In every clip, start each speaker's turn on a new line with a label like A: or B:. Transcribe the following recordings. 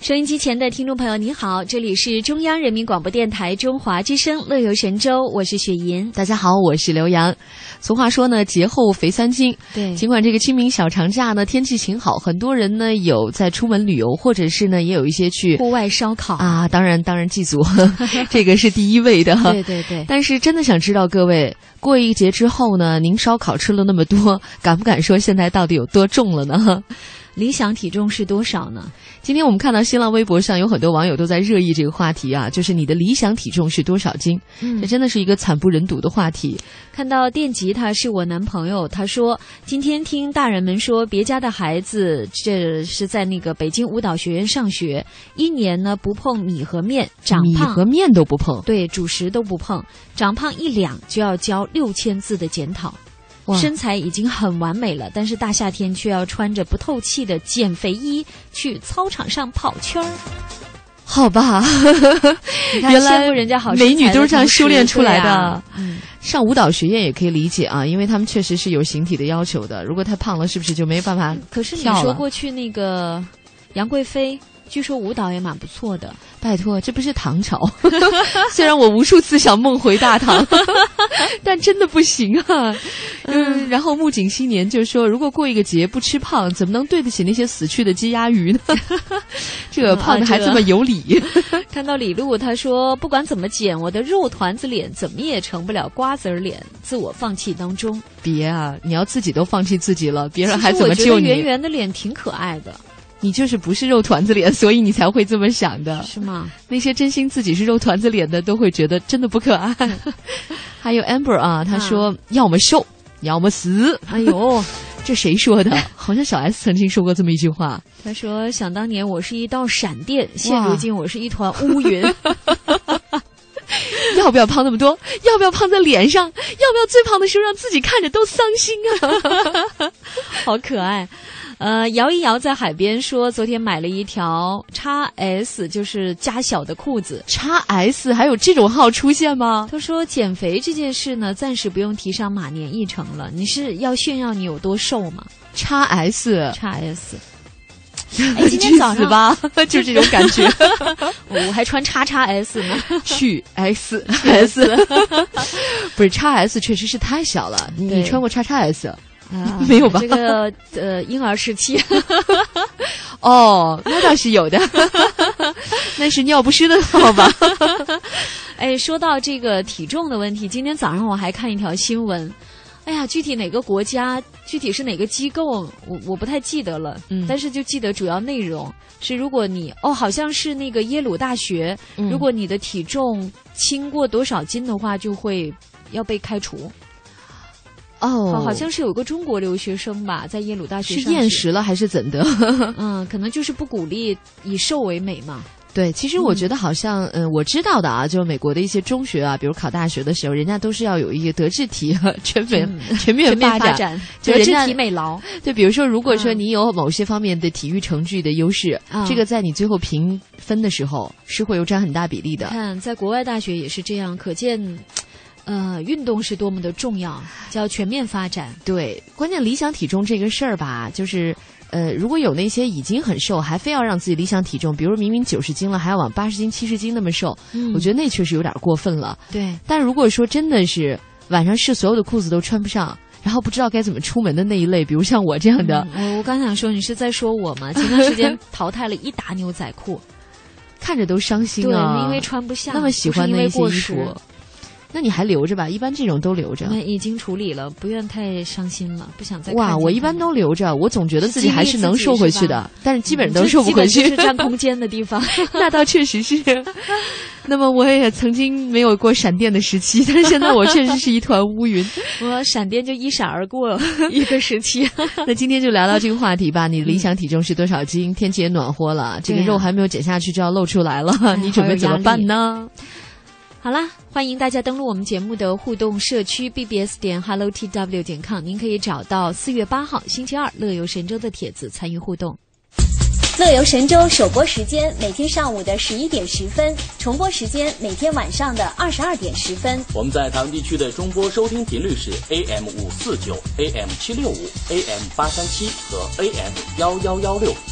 A: 收音机前的听众朋友，你好，这里是中央人民广播电台中华之声《乐游神州》，我是雪莹。
B: 大家好，我是刘洋。俗话说呢，节后肥三斤。
A: 对
B: 尽管这个清明小长假呢天气晴好，很多人呢有在出门旅游，或者是呢也有一些去
A: 户外烧烤，
B: 啊，当然当然祭祖， 这个是第一位的。
A: 对对对，
B: 但是真的想知道各位过一节之后呢，您烧烤吃了那么多， 敢不敢说现在到底有多重了呢？
A: 理想体重是多少呢？
B: 今天我们看到新浪微博上有很多网友都在热议这个话题啊，就是你的理想体重是多少斤？这真的是一个惨不忍睹的话题。
A: 嗯看到电吉他是我男朋友，他说今天听大人们说，别家的孩子这是在那个北京舞蹈学院上学，一年呢不碰米和面，长
B: 米
A: 胖
B: 和面都不碰，
A: 对主食都不碰，长胖一两就要交六千字的检讨。
B: 哇
A: 身材已经很完美了，但是大夏天却要穿着不透气的减肥衣去操场上跑圈儿。
B: 好吧，
A: 你看
B: 原来
A: 羡慕人家好身材
B: 美女都是这样
A: 同时
B: 修炼出来
A: 对
B: 的。
A: 啊嗯，
B: 上舞蹈学院也可以理解啊，因为他们确实是有形体的要求的。如果太胖了，是不是就没办法？
A: 可是你
B: 跳
A: 说
B: 了
A: 过去那个杨贵妃，据说舞蹈也蛮不错的。
B: 拜托，这不是唐朝。 虽然我无数次想梦回大唐， 但真的不行啊。嗯，然后木槿新年就说，如果过一个节不吃胖，怎么能对得起那些死去的鸡鸭鱼呢？
A: 嗯
B: 这胖
A: 啊
B: 的还这么有理，
A: 看到李璐，他说不管怎么减，我的肉团子脸怎么也成不了瓜子儿脸，自我放弃当中。
B: 别啊！你要自己都放弃自己了，别人
A: 其
B: 还
A: 实
B: 怎么
A: 我
B: 救
A: 觉得圆
B: 你？
A: 圆的脸挺可爱的，
B: 你就是不是肉团子脸，所以你才会这么想的。
A: 是吗？
B: 那些真心自己是肉团子脸的，都会觉得真的不可爱。
A: 嗯
B: 还有 Amber 啊，他说、要么瘦，要么死。
A: 哎呦，
B: 这谁说 的？好像小 S 曾经说过这么一句话。
A: 他说想当年我是一道闪电，现
B: 哇
A: 如今我是一团乌云。
B: 要不要胖那么多？要不要胖在脸上？要不要最胖的时候让自己看着都伤心啊？
A: 好可爱。呃，摇一摇在海边说，昨天买了一条 x S，就是加小的裤子。
B: 叉 S 还有这种号出现吗？
A: 他说减肥这件事呢，暂时不用提上马年议程了。你是要炫耀你有多瘦吗
B: 叉 S，
A: x S，哎，今 天
B: 去
A: 早
B: 死
A: 上
B: 吧！就这种感觉。
A: 我 我还穿 x x S 呢。
B: 去 X S，不是叉 S 确实是太小了。你
A: 对
B: 你穿过叉叉 S？
A: 啊
B: 没有吧
A: 这个呃，婴儿时期，
B: 哦，那倒是有的， 那是尿不湿的号 吧？
A: 哎，说到这个体重的问题，今天早上我还看一条新闻，哎呀，具体哪个国家，具体是哪个机构，我我不太记得了，
B: 嗯
A: 但是就记得主要内容是，如果你哦，好像是那个耶鲁大学，
B: 嗯
A: 如果你的体重轻过多少斤的话，就会。要被开除、
B: 哦
A: 哦，好像是有个中国留学生吧，在耶鲁大学
B: 是
A: 上
B: 厌
A: 学，
B: 食了还是怎的？
A: 嗯，可能就是不鼓励以瘦为美嘛。
B: 对，其实我觉得好像，嗯、我知道的啊，就是美国的一些中学啊，比如考大学的时候，人家都是要有一个德智体 全面、
A: 嗯
B: 全面
A: 面
B: 展。
A: 展，
B: 就
A: 德
B: 人
A: 智
B: 家
A: 体美劳，
B: 对，比如说，如果说
A: 嗯
B: 你有某些方面的体育成绩的优势，
A: 啊
B: 这个在你最后评分的时候是会有占很大比例的。
A: 看，在国外大学也是这样，可见，呃，运动是多么的重要，叫全面发展。
B: 对，关键理想体重这个事儿吧，就是。呃，如果有那些已经很瘦，还非要让自己理想体重，比如明明九十斤了，还要往八十斤、七十斤那么瘦，
A: 嗯
B: 我觉得那确实有点过分了。
A: 对，
B: 但如果说真的是晚上试所有的裤子都穿不上，然后不知道该怎么出门的那一类，比如像我这样的，
A: 嗯我我刚想说，你是在说我 吗？前段时间淘汰了一打牛仔裤，
B: 看着都伤心
A: 对，
B: 啊。
A: 因为穿不下，
B: 那么喜欢
A: 不是因
B: 的
A: 为
B: 一些
A: 过
B: 衣
A: 时
B: 服，那你还留着吧，一般这种都留着
A: 我。们已经处理了，不愿太伤心了，不想再看
B: 哇，
A: 见他
B: 我一般
A: 们
B: 都留着，我总觉得自己
A: 激励
B: 还是能
A: 自己
B: 瘦回去
A: 是
B: 的
A: 吧，
B: 但是基本
A: 嗯
B: 都
A: 就
B: 瘦不
A: 基本
B: 回去
A: 就。是占空间的地方。
B: 那倒确实是。那么我也曾经没有过闪电的时期，但是现在我确实是一团 乌云。
A: 我闪电就一闪而 过一个时期。
B: 那今天就聊聊这个话题吧。你的理想体重是多少斤？天气也暖和了，这个
A: 嗯对啊哎
B: 肉还没有减下去就要露出来了，你准
A: 好
B: 备
A: 有
B: 怎么
A: 压力
B: 办呢？
A: 好啦，欢迎大家登录我们节目的互动社区 bbs 点 hello tw 点 com，您可以找到四月八号星期二《乐游神州》的帖子参与互动。
C: 乐游神州首播时间每天上午的十一点十分，重播时间每天晚上的二十二点十分。
D: 我们在唐地区的中波收听频率是 AM 五四九、AM 七六五、AM 八三七和 AM 幺幺幺六。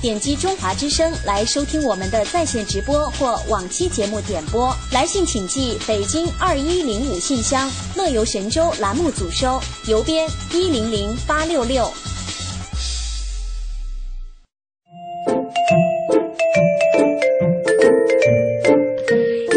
C: 点击中华之声来收听我们的在线直播或往期节目点播。来信请寄北京二一零五信箱，乐游神州栏目组收，邮编一零零八六六。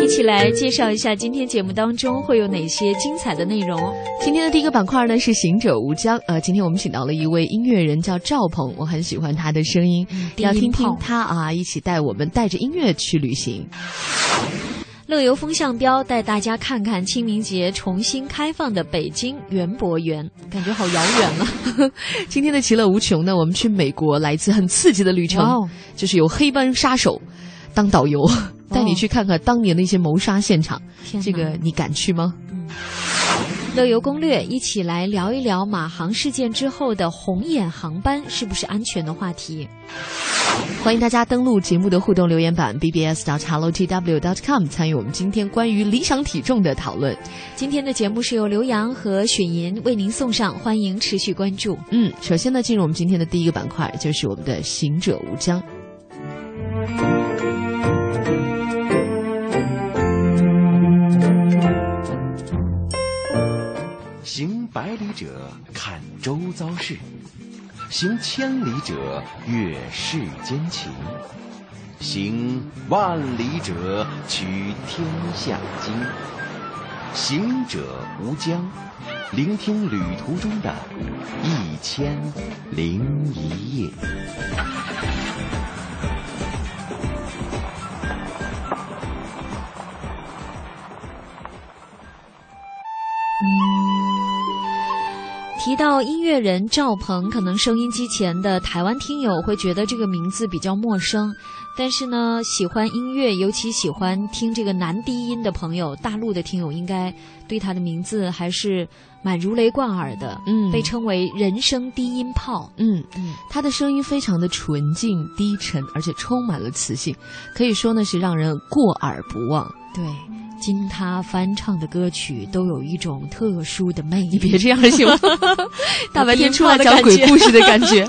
A: 一起来介绍一下今天节目当中会有哪些精彩的内容。
B: 今天的第一个板块呢是行者无疆。呃，今天我们请到了一位音乐人叫赵鹏，我很喜欢他的声音，
A: 低音
B: 要听听
A: 嗯炮
B: 他啊，一起带我们带着音乐去旅行。
A: 乐游风向标带大家看看清明节重新开放的北京园博园，感觉好遥远啊了。
B: 今天的其乐无穷呢，我们去美国来一次很刺激的旅程，
A: 哇哦
B: 就是有黑帮杀手当导游，带你去看看当年的一些谋杀现场。
A: 天哪
B: 这个你敢去吗？
A: 乐游攻略，一起来聊一聊马航事件之后的红眼航班是不是安全的话题。
B: 欢迎大家登录节目的互动留言板 bbs dot hello t w dot com，参与我们今天关于理想体重的讨论。
A: 今天的节目是由刘洋和雪莹为您送上，欢迎持续关注。
B: 嗯，首先呢，进入我们今天的第一个板块，就是我们的行者无疆。
E: 行百里者，看周遭事；行千里者，阅世间情；行万里者，取天下经。行者无疆，聆听旅途中的一千零一夜。
A: 提到音乐人赵鹏，可能收音机前的台湾听友会觉得这个名字比较陌生，但是呢，喜欢音乐，尤其喜欢听这个男低音的朋友，大陆的听友应该对他的名字还是蛮如雷贯耳的，
B: 嗯
A: 被称为人生低音炮。
B: 嗯
A: 嗯，
B: 他的声音非常的纯净、低沉，而且充满了磁性，可以说呢是让人过耳不忘。
A: 对，经他翻唱的歌曲都有一种特殊的魅力。
B: 你别这样行吗？ 大白天出来讲鬼故事的感 觉。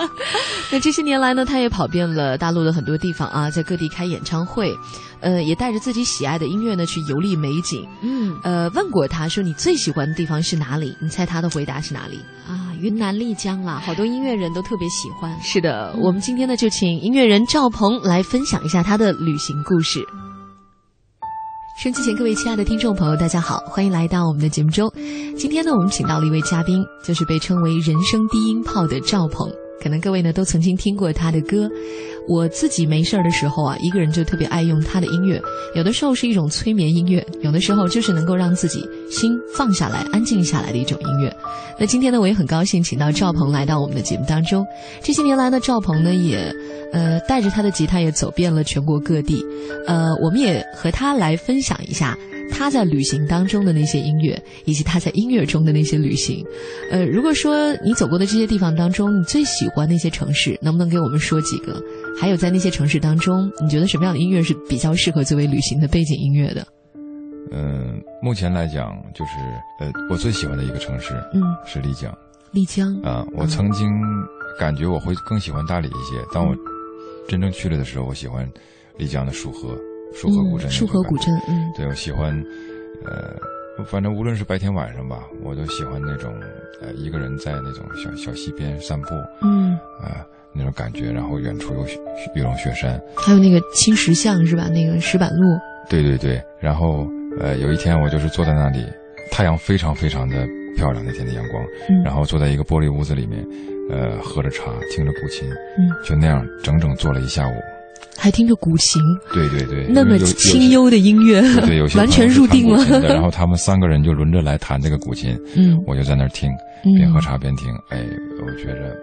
B: 那这些年来呢，他也跑遍了大陆的很多地方啊，在各地开演唱会，呃，也带着自己喜爱的音乐呢去游历美景。
A: 嗯
B: 呃，问过他说你最喜欢的地方是哪里？你猜他的回答是哪里？
A: 啊，云南丽江啦，好多音乐人都特别喜欢。嗯
B: 是的，我们今天呢就请音乐人赵鹏来分享一下他的旅行故事。收音机前各位亲爱的听众朋友，大家好，欢迎来到我们的节目中。今天呢，我们请到了一位嘉宾，就是被称为“人生低音炮”的赵鹏。可能各位呢都曾经听过他的歌。我自己没事儿的时候啊，一个人就特别爱用他的音乐，有的时候是一种催眠音乐，有的时候就是能够让自己心放下来、安静下来的一种音乐。那今天呢，我也很高兴请到赵鹏来到我们的节目当中。这些年来呢，赵鹏呢也，呃，带着他的吉他也走遍了全国各地，呃，我们也和他来分享一下他在旅行当中的那些音乐，以及他在音乐中的那些旅行。呃，如果说你走过的这些地方当中，你最喜欢那些城市，能不能给我们说几个？还有在那些城市当中，你觉得什么样的音乐是比较适合作为旅行的背景音乐的？
F: 嗯，目前来讲，就是呃，我最喜欢的一个城市
B: 嗯，
F: 是丽江
B: 丽江，
F: 啊。我曾经感觉我会更喜欢大理一些。当我真正去了的时候，我喜欢丽江的束河，束河古镇、
B: 嗯束河古镇，，嗯
F: 对我喜欢，呃，反正无论是白天晚上吧，我都喜欢那种呃一个人在那种小小溪边散步
B: 嗯，
F: 啊、那种感觉，然后远处有雪玉龙雪山，
B: 还有那个青石巷是吧？那个石板路，
F: 对对对，然后呃有一天我就是坐在那里，太阳非常非常的漂亮，那天的阳光，
B: 嗯
F: 然后坐在一个玻璃屋子里面，呃喝着茶，听着古琴，
B: 嗯，
F: 就那样整整坐了一下午，
B: 还听着古琴，
F: 对对对，
B: 那
F: 因
B: 么
F: 为有有
B: 清幽的音乐
F: 对对，有，些
B: 完
F: 朋友
B: 全
F: 是
B: 入
F: 弹
B: 定
F: 古
B: 了
F: 琴。的然后他们三个人就轮着来弹这个古琴，
B: 嗯
F: 我就在那儿听，边喝
B: 嗯，
F: 茶边听。哎，我觉着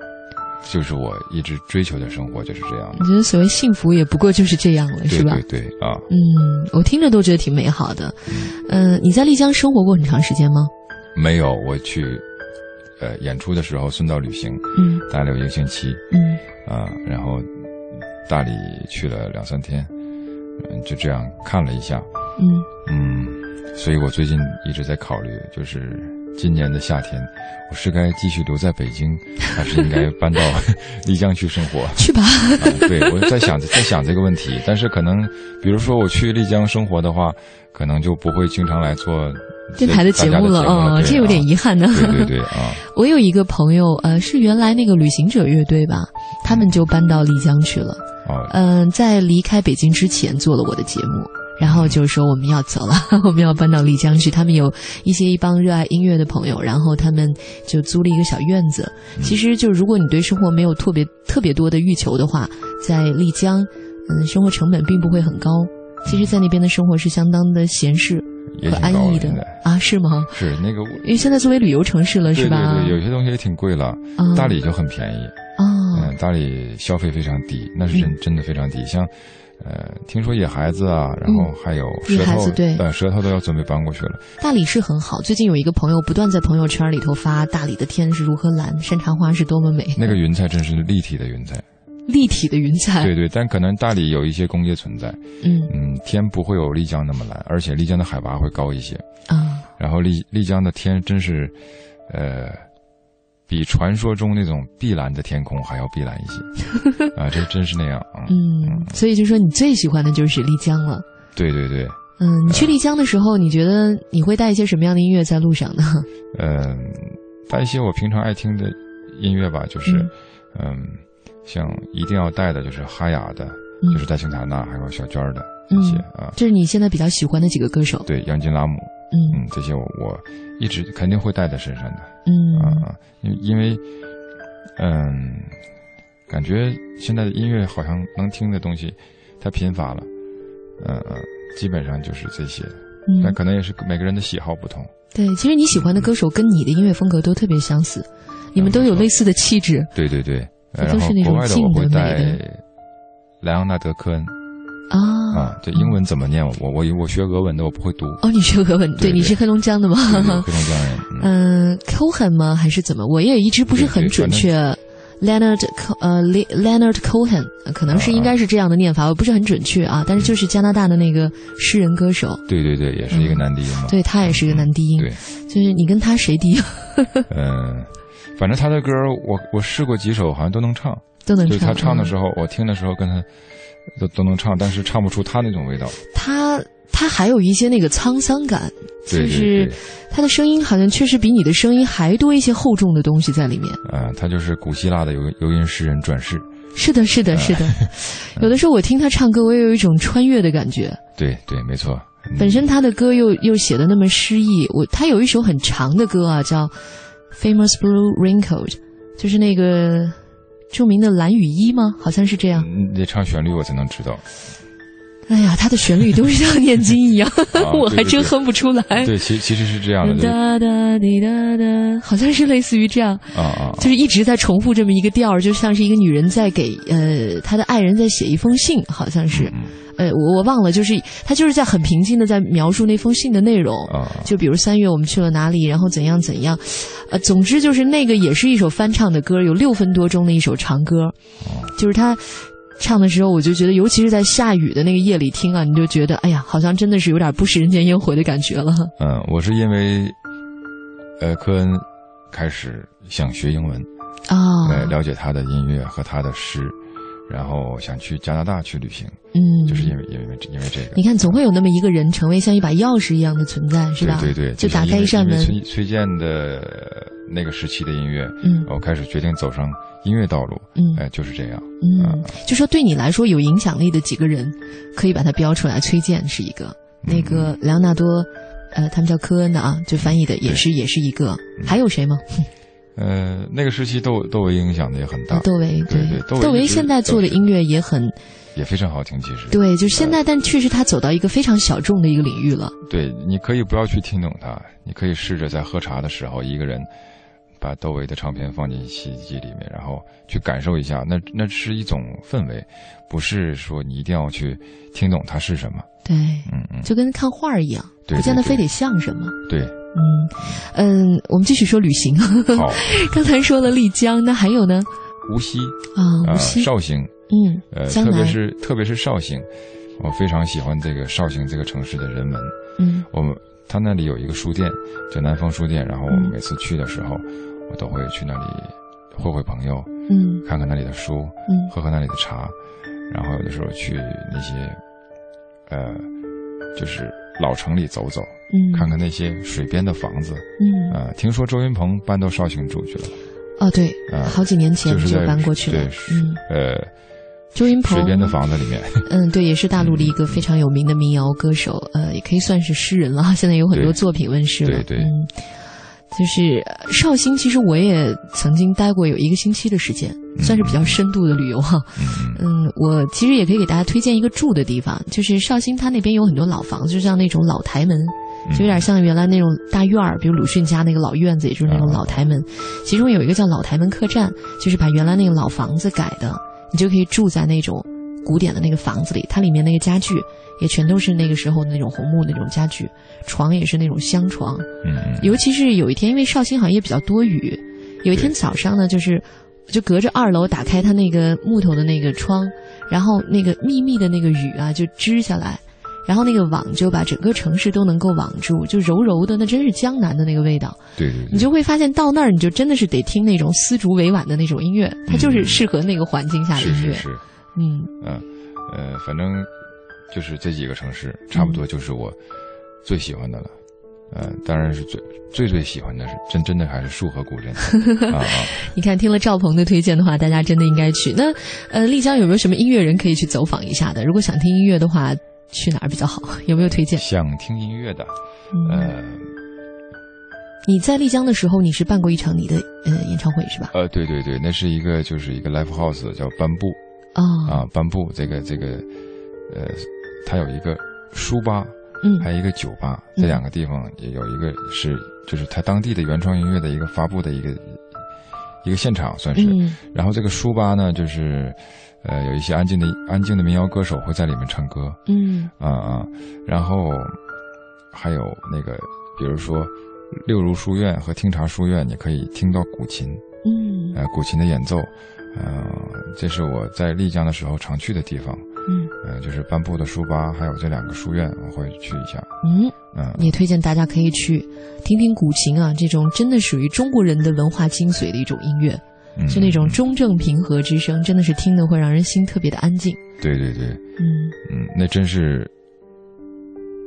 F: 就是我一直追求的生活就是这样
B: 我。觉得所谓幸福也不过就是这样了，
F: 对
B: 是吧
F: 对？对啊，
B: 嗯，我听着都觉得挺美好的。嗯、你在丽江生活过很长时间吗？
F: 没有我去，呃，演出的时候顺道旅行，
B: 嗯
F: 待了有一个星期
B: 嗯
F: 啊，然后大理去了两三天，嗯，就这样看了一下，
B: 嗯
F: 嗯，所以我最近一直在考虑，就是今年的夏天，我是该继续留在北京，还是应该搬 到丽江去生活？
B: 去吧。
F: 啊对，我在想在想这个问题，但是可能，比如说我去丽江生活的话，可能就不会经常来做
B: 电台的节目了，
F: 大家的节目
B: 嗯，
F: 了
B: 这有点遗憾
F: 憾。
B: 呢。
F: 对对对啊，
B: 我有一个朋友，呃，是原来那个旅行者乐队吧，他们就搬到丽江去了。
F: 哦，
B: 嗯、在离开北京之前做了我的节目，然后就说我们要走了，我们要搬到丽江去。他们有一些一帮热爱音乐的朋友，然后他们就租了一个小院子。其实就如果你对生活没有特别特别多的欲求的话，在丽江，嗯，生活成本并不会很高。其实，在那边的生活是相当的闲适
F: 也
B: 和
F: 挺
B: 安
F: 高
B: 逸
F: 了
B: 的
F: 现在。
B: 啊，是吗？
F: 是那个物
B: 因为现在作为旅游城市了，是
F: 对对
B: 吧？
F: 对，有些东西也挺贵了，
B: 嗯
F: 大理就很便宜，
B: 啊，
F: 嗯，大理消费非常低，那
B: 嗯
F: 是真真的非常低，像。呃，听说野孩子啊，然后还有
B: 嗯野
F: 舌
B: 孩
F: 头
B: 子，对
F: 呃，舌头都要准备搬过去了。
B: 大理是很好。最近有一个朋友不断在朋友圈里头发大理的天是如何蓝，山茶花是多么美，
F: 那个云彩真是立体的云彩，
B: 立体的云彩。
F: 对对，但可能大理有一些工业存在，
B: 嗯
F: 嗯，天不会有丽江那么蓝，而且丽江的海拔会高一些。
B: 啊，
F: 然后丽丽江的天真是，呃，比传说中那种碧蓝的天空还要碧蓝一些 啊，这真是那样啊、嗯
B: 嗯，所以就说你最喜欢的就是丽江了。
F: 对对对，
B: 嗯，你去丽江的时候，你觉得你会带一些什么样的音乐在路上呢？
F: 嗯、带一些我平常爱听的音乐吧，就是，嗯、像一定要带的就是哈雅的，
B: 嗯
F: 就是戴庆塔纳还有小娟儿的
B: 嗯
F: 一些 啊，
B: 这是你现在比较喜欢的几个歌手。
F: 对，杨金拉姆，
B: 嗯
F: 嗯，这些我我一直肯定会带在身上的。啊
B: 嗯
F: 啊，因为因为，嗯，感觉现在的音乐好像能听的东西太贫乏了，嗯嗯，基本上就是这些，但
B: 嗯，
F: 可能也是每个人的喜好不同，
B: 对，其实你喜欢的歌手跟你的音乐风格都特别相似，你们都有类似的气质
F: 对对对，
B: 这
F: 呃然
B: 都
F: 后
B: 是那
F: 国
B: 种
F: 外的
B: 静
F: 我
B: 的
F: 会
B: 美
F: 带
B: 的
F: 莱昂纳德·科恩
B: 啊
F: 啊，这英文怎么念我我我我学俄文的我不会读，
B: 哦，你是俄文，
F: 对
B: 你
F: 对
B: 是黑龙江的吗？
F: 对对黑龙江人，嗯
B: 嗯，Cohen 吗？还是怎么？我也一直不是很准确。Leonard Co 呃，Le-，Leonard Cohen，呃可能是
F: 啊啊
B: 应该是这样的念法，我不是很准确啊。但是就是加拿大的那个诗人歌手，
F: 对对对，也是一个
B: 嗯
F: 男低音嘛，
B: 对他也是个男低音。
F: 对，
B: 就是你跟他谁低啊
F: 嗯，反正他的歌儿我我试过几首，好像都能唱。
B: 都能
F: 就是
B: 唱。嗯
F: 他唱的时
B: 候，
F: 候，我听的时候跟他都都能唱，但是唱不出他那种味道。
B: 他他还有一些那个沧桑感，就
F: 对对
B: 是
F: 对，
B: 他的声音好像确实比你的声音还多一些厚重的东西在里面。
F: 啊、他就是古希腊的游游吟诗人转世。
B: 是的，是的，是的。
F: 哎
B: 有的时候我听他唱歌，我也有一种穿越的感觉。
F: 对对，没错。嗯
B: 本身他的歌又又写的那么诗意，我他有一首很长的歌啊，叫《Famous Blue Raincoat》，就是那个著名的蓝雨衣吗？好像是这样。
F: 嗯你得唱旋律，我才能 知道。
B: 哎呀，他的旋律都是像念经一样，
F: 嗯 啊
B: 我还
F: 对对
B: 真
F: 对
B: 哼不出来。
F: 啊对，其其实是这样的，就是
B: 哒哒滴哒哒，好像是类似于这样，
F: 啊啊，啊
B: 就是一直在重复这么一个调儿，就像是一个女人在给呃她的爱人在写一封信，好像是，
F: 嗯
B: 呃我我忘了，就是她就是在很平静的在描述那封信的内容，
F: 啊啊，
B: 就比如三月我们去了哪里，然后怎样怎样，呃，总之就是那个也是一首翻唱的歌，有六分多钟的一首长歌，
F: 哦
B: 就是他唱的时候，我就觉得，尤其是在下雨的那个夜里听啊，你就觉得，哎呀，好像真的是有点不食人间烟火的感觉了。
F: 嗯，我是因为呃科恩开始想学英文，
B: 哦，
F: 来了解他的音乐和他的诗，然后想去加拿大去旅行，
B: 嗯，
F: 就是因为因为因为这个
B: 你。看，总会有那么一个人成为像一把钥匙一样的存在，是吧？
F: 对对对，
B: 就是打
F: 因
B: 开
F: 为
B: 一扇
F: 因为
B: 门。
F: 崔崔健的呃那个时期的音乐，
B: 嗯
F: 我开始决定走上音乐道路，
B: 嗯
F: 哎，就是这样，
B: 嗯，就说对你来说有影响力的几个人，可以把它标出来。崔健是一个，
F: 嗯
B: 那个莱昂纳多，呃，他们叫科恩的啊，就翻译的也是也是一个。
F: 嗯
B: 还有谁吗？
F: 呃，那个时期窦窦唯影响的也很大，
B: 窦唯，
F: 啊对对窦唯啊
B: 窦唯
F: 一直
B: 现在做的音乐也很
F: 也非常好听。其实，
B: 对，就是现在，但确实他走到一个非常小众的一个领域了。
F: 对，你可以不要去听懂它，你可以试着在喝茶的时候，一个人把窦唯的唱片放进洗衣机里面，然后去感受一下，那那是一种氛围，不是说你一定要去听懂它是什么。
B: 对，
F: 嗯嗯，
B: 就跟看画儿一样，
F: 对
B: 不见得
F: 对对
B: 非得像什么。
F: 对，
B: 嗯嗯，我们继续说旅行。
F: 好，
B: 刚才说了丽江，那还有呢？
F: 无锡啊、
B: 啊，无锡，
F: 绍兴，
B: 嗯，
F: 呃，
B: 江
F: 特别
B: 南
F: 是特别是绍兴，我非常喜欢这个绍兴这个城市的人文。
B: 嗯
F: 我们他那里有一个书店，叫南方书店，然后我
B: 嗯
F: 们每次去的时候，我都会去那里会会朋友，
B: 嗯
F: 看看那里的书，
B: 嗯
F: 喝喝那里的茶，然后有的时候去那些，呃，就是老城里走走，
B: 嗯，
F: 看看那些水边的房子。
B: 嗯
F: 啊、听说周云鹏搬到绍兴住去了，
B: 哦对，
F: 啊
B: 好几年前
F: 就是
B: 就
F: 在
B: 搬过去了
F: 对。是
B: 嗯，
F: 呃，
B: 周云鹏
F: 水边的房子里面，
B: 嗯，对，也是大陆的一个非常有名的民谣歌手，呃，也可以算是诗人了。 现在有很多
F: 对
B: 作品问世了。
F: 对对
B: 嗯，就是呃绍兴，其实我也曾经待过有一个星期的时间，算是比较深度的旅游哈、
F: 嗯嗯
B: 嗯，我其实也可以给大家推荐一个住的地方，就是绍兴，它那边有很多老房子，就像那种老台门，就有点像原来那种大院儿，比如鲁迅家那个老院子，也就是那种老台门。其中有一个叫老台门客栈，就是把原来那个老房子改的，你就可以住在那种古典的那个房子里，它里面那个家具也全都是那个时候的那种红木那种家具，床也是那种香床，
F: 嗯嗯，
B: 尤其是有一天，因为绍兴好像也比较多雨，有一天早上呢，就是就隔着二楼打开它那个木头的那个窗，然后那个密密的那个雨啊就支下来，然后那个网就把整个城市都能够网住，就柔柔的，那真是江南的那个味道。
F: 对对对，
B: 你就会发现到那儿，你就真的是得听那种丝竹委婉的那种音乐，它就是适合那个环境下的
F: 是
B: 音
F: 嗯是
B: 乐。
F: 是，
B: 嗯
F: 嗯呃，反正就是这几个城市，差不多就是我最喜欢的了。呃，当然是最最最喜欢的是真真的还是束河古 镇啊啊！
B: 你看，听了赵鹏的推荐的话，大家真的应该去。那呃，丽江有没有什么音乐人可以去走访一下的？如果想听音乐的话，去哪儿比较好？有没有推荐？
F: 想听音乐的，
B: 嗯，
F: 呃
B: 你在丽江的时候，你是办过一场你的呃演唱会是吧？
F: 呃，对对对，那是一个就是一个 live house 叫颁布
B: 哦，
F: 啊，颁布这个这个，呃，它有一个书吧，
B: 嗯
F: 还有一个酒吧，这两个地方也有一个是就是它当地的原创音乐的一个发布的一个一个现场算是，
B: 嗯
F: 然后这个书吧呢，就是，呃，有一些安静的安静的民谣歌手会在里面唱歌，
B: 嗯
F: 啊、啊、然后还有那个，比如说六如书院和听茶书院，你可以听到古琴，
B: 嗯
F: 呃，古琴的演奏，嗯、这是我在丽江的时候常去的地方，
B: 嗯
F: 呃，就是班布的书吧，还有这两个书院，我会去一下，
B: 嗯，
F: 嗯、
B: 也推荐大家可以去听听古琴啊，这种真的属于中国人的文化精髓的一种音乐，
F: 嗯，
B: 是那种中正平和之声，真的是听的会让人心特别的安静。
F: 对对对，
B: 嗯
F: 嗯，那真是，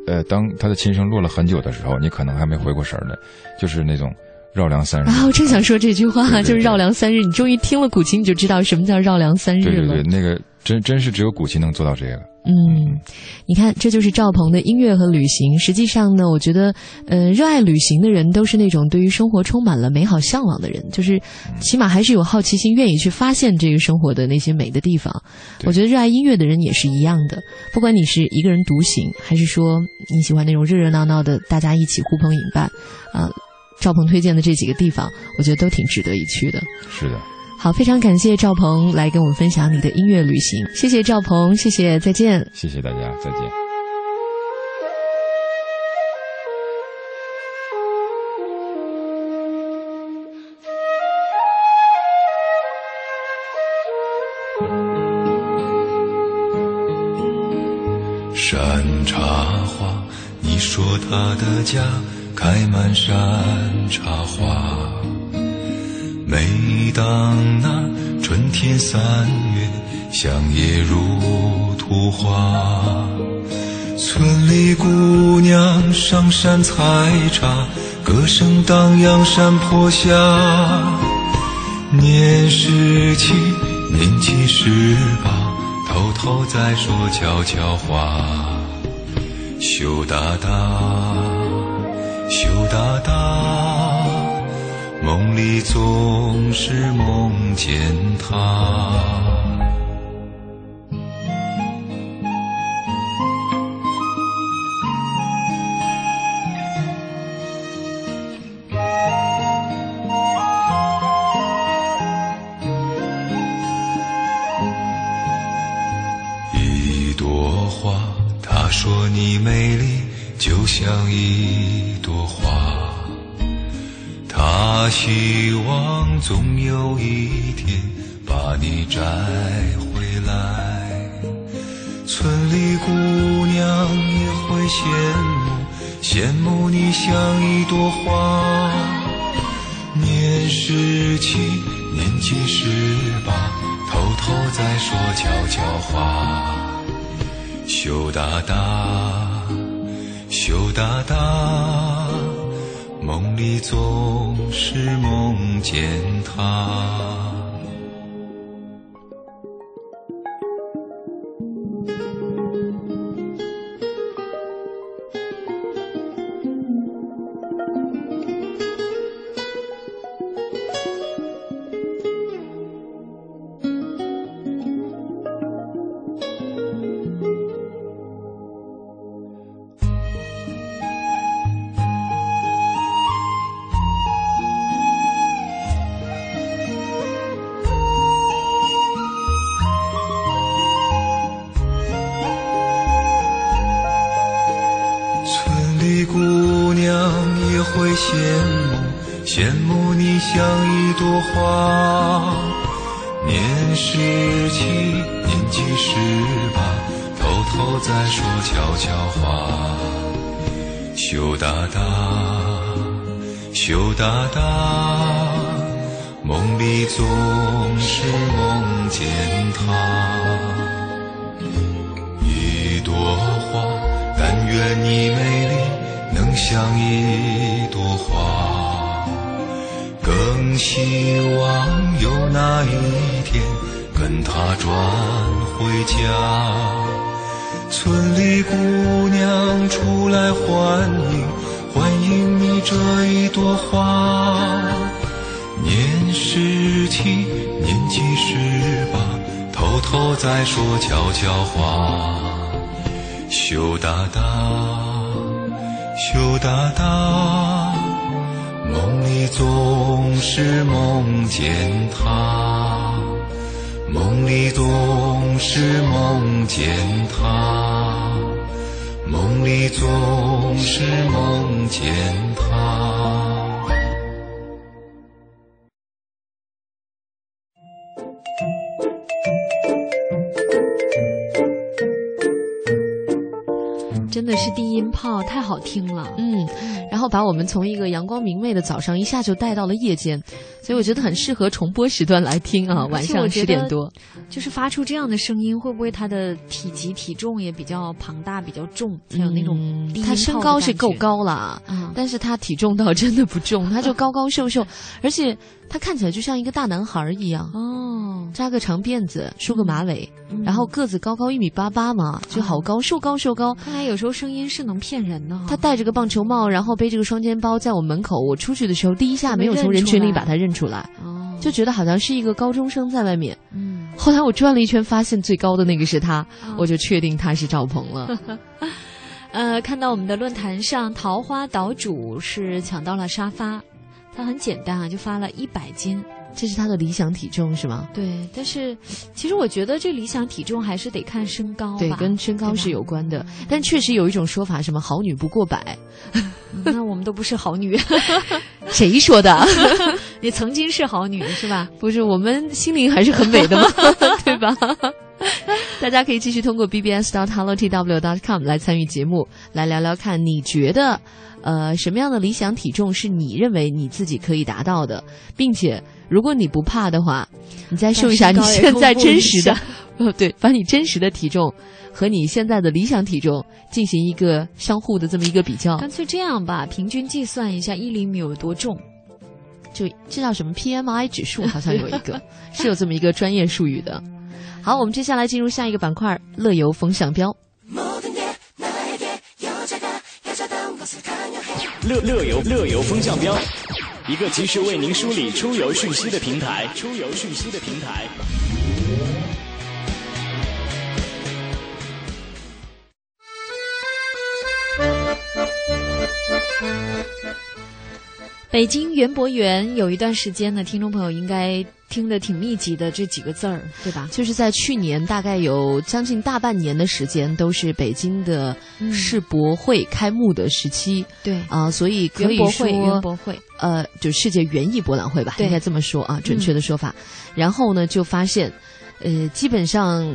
F: 呃，当他的琴声落了很久的时候，你可能还没回过神儿来，就是那种绕梁三日。
B: 啊，我正想说这句话，
F: 对对
B: 就是
F: 对
B: 绕梁三日。你终于听了古琴，你就知道什么叫绕梁三日
F: 对对
B: 了。
F: 对，那个真真是只有古琴能做到这个。
B: 嗯，你看，这就是赵鹏的音乐和旅行。实际上呢，我觉得，呃，热爱旅行的人都是那种对于生活充满了美好向往的人，就是起码还是有好奇心，愿意去发现这个生活的那些美的地方。
F: 对
B: 我觉得热爱音乐的人也是一样的，不管你是一个人独行，还是说你喜欢那种热热闹闹的，大家一起呼朋引伴，啊、赵鹏推荐的这几个地方，我觉得都挺值得一去的。
F: 是的，
B: 好，非常感谢赵鹏来跟我们分享你的音乐旅行，谢谢赵鹏，谢谢，再见。
F: 谢谢大家，再见。
G: 山茶花，你说它的家开满山茶花，每每当那春天三月，香叶如图画。村里姑娘上山采茶，歌声荡漾山坡下。年十七，年近十八，偷偷在说悄悄话。羞答答，羞答答，梦里总是梦见他。一朵花，他说你美丽，就像一朵花。他希望总有一天把你摘回来。村里姑娘也会羡慕，羡慕你像一朵花。年十七，年近十八，偷偷在说悄悄话。羞答答，羞答答，梦里总是梦见他。村里姑娘也会羡慕，羡慕你像一朵花。年十七，年近十八，偷偷在说悄悄话。羞答答，羞答答，梦里总是梦见他。一朵花，但愿你美丽能像一朵花。更希望有那一天跟它转回家。村里姑娘出来欢迎，欢迎你这一朵花。年十七，年近十八，偷偷在说悄悄话。羞答答，羞答答，梦里总是梦见他，梦里总是梦见他，梦里总是梦见他。
A: 真的是低音炮太好听了。
B: 嗯，然后把我们从一个阳光明媚的早上一下就带到了夜间，所以我觉得很适合重播时段来听啊，
A: 而
B: 晚上
A: 且
B: 十
A: 我觉得
B: 点多。
A: 就是发出这样的声音，会不会他的体积体重也比较庞大，比较重，才有那种低音炮的
B: 他身嗯高是够
A: 感觉
B: 高了啊，
A: 啊？
B: 但是他体重倒真的不重，他就高高瘦瘦， 而且他看起来就像一个大男孩儿一样，
A: 哦，
B: 扎个长辫子，梳个马尾，
A: 嗯
B: 然后个子高高一米八八嘛，就好高，瘦高瘦高。
A: 看来有时候声音是能骗人的哈。
B: 他戴着个棒球帽，然后背着个双肩包，在我门口。我出去的时候，第一下没有从人群里把他认出来，
A: 哦，
B: 就觉得好像是一个高中生在外面。
A: 嗯，
B: 后来我转了一圈，发现最高的那个是他，
A: 啊
B: 我就确定他是赵鹏 了。
A: 呃，看到我们的论坛上，桃花岛主是抢到了沙发，他很简单啊，就发了一百斤。
B: 这是他的理想体重是吗？
A: 对，但是其实我觉得这理想体重还是得看身高哦吧。
B: 对，跟身高
A: 对吧
B: 是有关的，但确实有一种说法，什么好女不 过百，
A: 嗯 那我们都不是好女，
B: 谁说的？
A: 你曾经是好女是吧？
B: 不是，我们心灵还是很美 的嘛， 对吧？ 大家可以继续通过 bbs dot hello tw dot com 来参与节目，来聊聊看你觉得，呃，什么样的理想体重是你认为你自己可以达到的，并且如果你不怕的话， 你再瘦一下
A: 把身
B: 你
A: 高也
B: 现在
A: 公布一
B: 真实的
A: 下，
B: 呃，对，把你真实的体重和你现在的理想体重进行一个相互的这么一个比较，
A: 干脆这样吧，平均计算一下一厘米有多重。
B: 就这叫什么 PMI 指数，好像有一 个是有这么一个专业术语的。好，我们接下来进入下一个板块——乐游风向标。
H: 乐乐游乐游风向标，一个及时为您梳理出游讯息的平台。出游讯息的平台。
A: 北京园博园有一段时间呢，听众朋友应该听得挺密集的这几个字儿，对吧？
B: 就是在去年，大概有将近大半年的时间，都是北京的
A: 嗯
B: 世博会开幕的时期
A: 对，
B: 啊、所以可
A: 园
B: 以
A: 博会，园
B: 说，
A: 博会，
B: 呃，就世界园艺博览会吧，
A: 对嗯
B: 应该这么说啊，准确的说法。然后呢，就发现，呃，基本上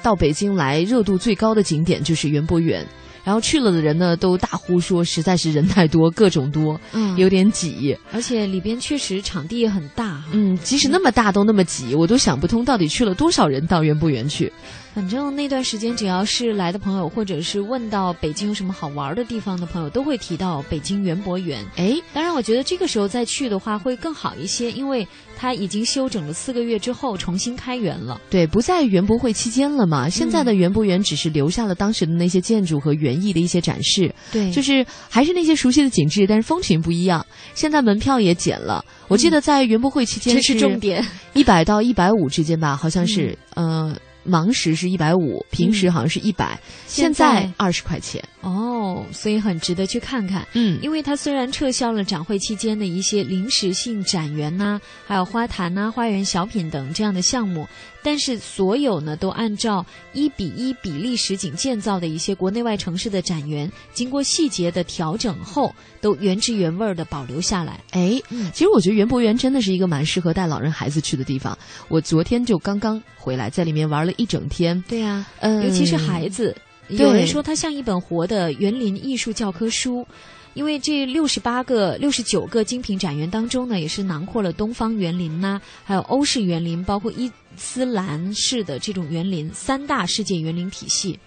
B: 到北京来热度最高的景点就是园博园。然后去了的人呢，都大呼说实在是人太多，各种多，
A: 嗯
B: 有点挤。
A: 而且里边确实场地也很大哈。
B: 嗯，即使那么大都那么挤，我都想不通到底去了多少人到园博园去。
A: 反正那段时间，只要是来的朋友，或者是问到北京有什么好玩的地方的朋友，都会提到北京园博园。
B: 哎，
A: 当然，我觉得这个时候再去的话会更好一些，因为它已经休整了四个月之后重新开园了。
B: 对，不在园博会期间了嘛。现在
A: 嗯
B: 的园博园只是留下了当时的那些建筑和园艺的一些展示，
A: 对
B: 就是是还是那些熟悉的景致，但是风情不一样。现在门票也减了，我记得在园博会期
A: 嗯
B: 间
A: 这是重点。
B: 一百到一百五之间吧，好像是，
A: 嗯
B: 呃，忙时是一百五，平时好像是一百、现
A: 现在
B: 在二十块钱。
A: 哦，所以很值得去看看。
B: 嗯
A: 因为它虽然撤销了展会期间的一些临时性展园呐、还有花坛呐、花园小品等这样的项目，但是所有呢都按照一比一比例实景建造的一些国内外城市的展园，经过细节的调整后，都原汁原味的保留下来。
B: 哎，
A: 嗯
B: 其实我觉得园博园真的是一个蛮适合带老人孩子去的地方。我昨天就刚刚回来，在里面玩了一整天，
A: 对呀、
B: 嗯，
A: 尤其是孩子，
B: 对
A: 有人说它像一本活的园林艺术教科书。因为这六十八个、六十九个精品展园当中呢，也是囊括了东方园林呐、还有欧式园林，包括伊斯兰式的这种园林，三大世界园林体系。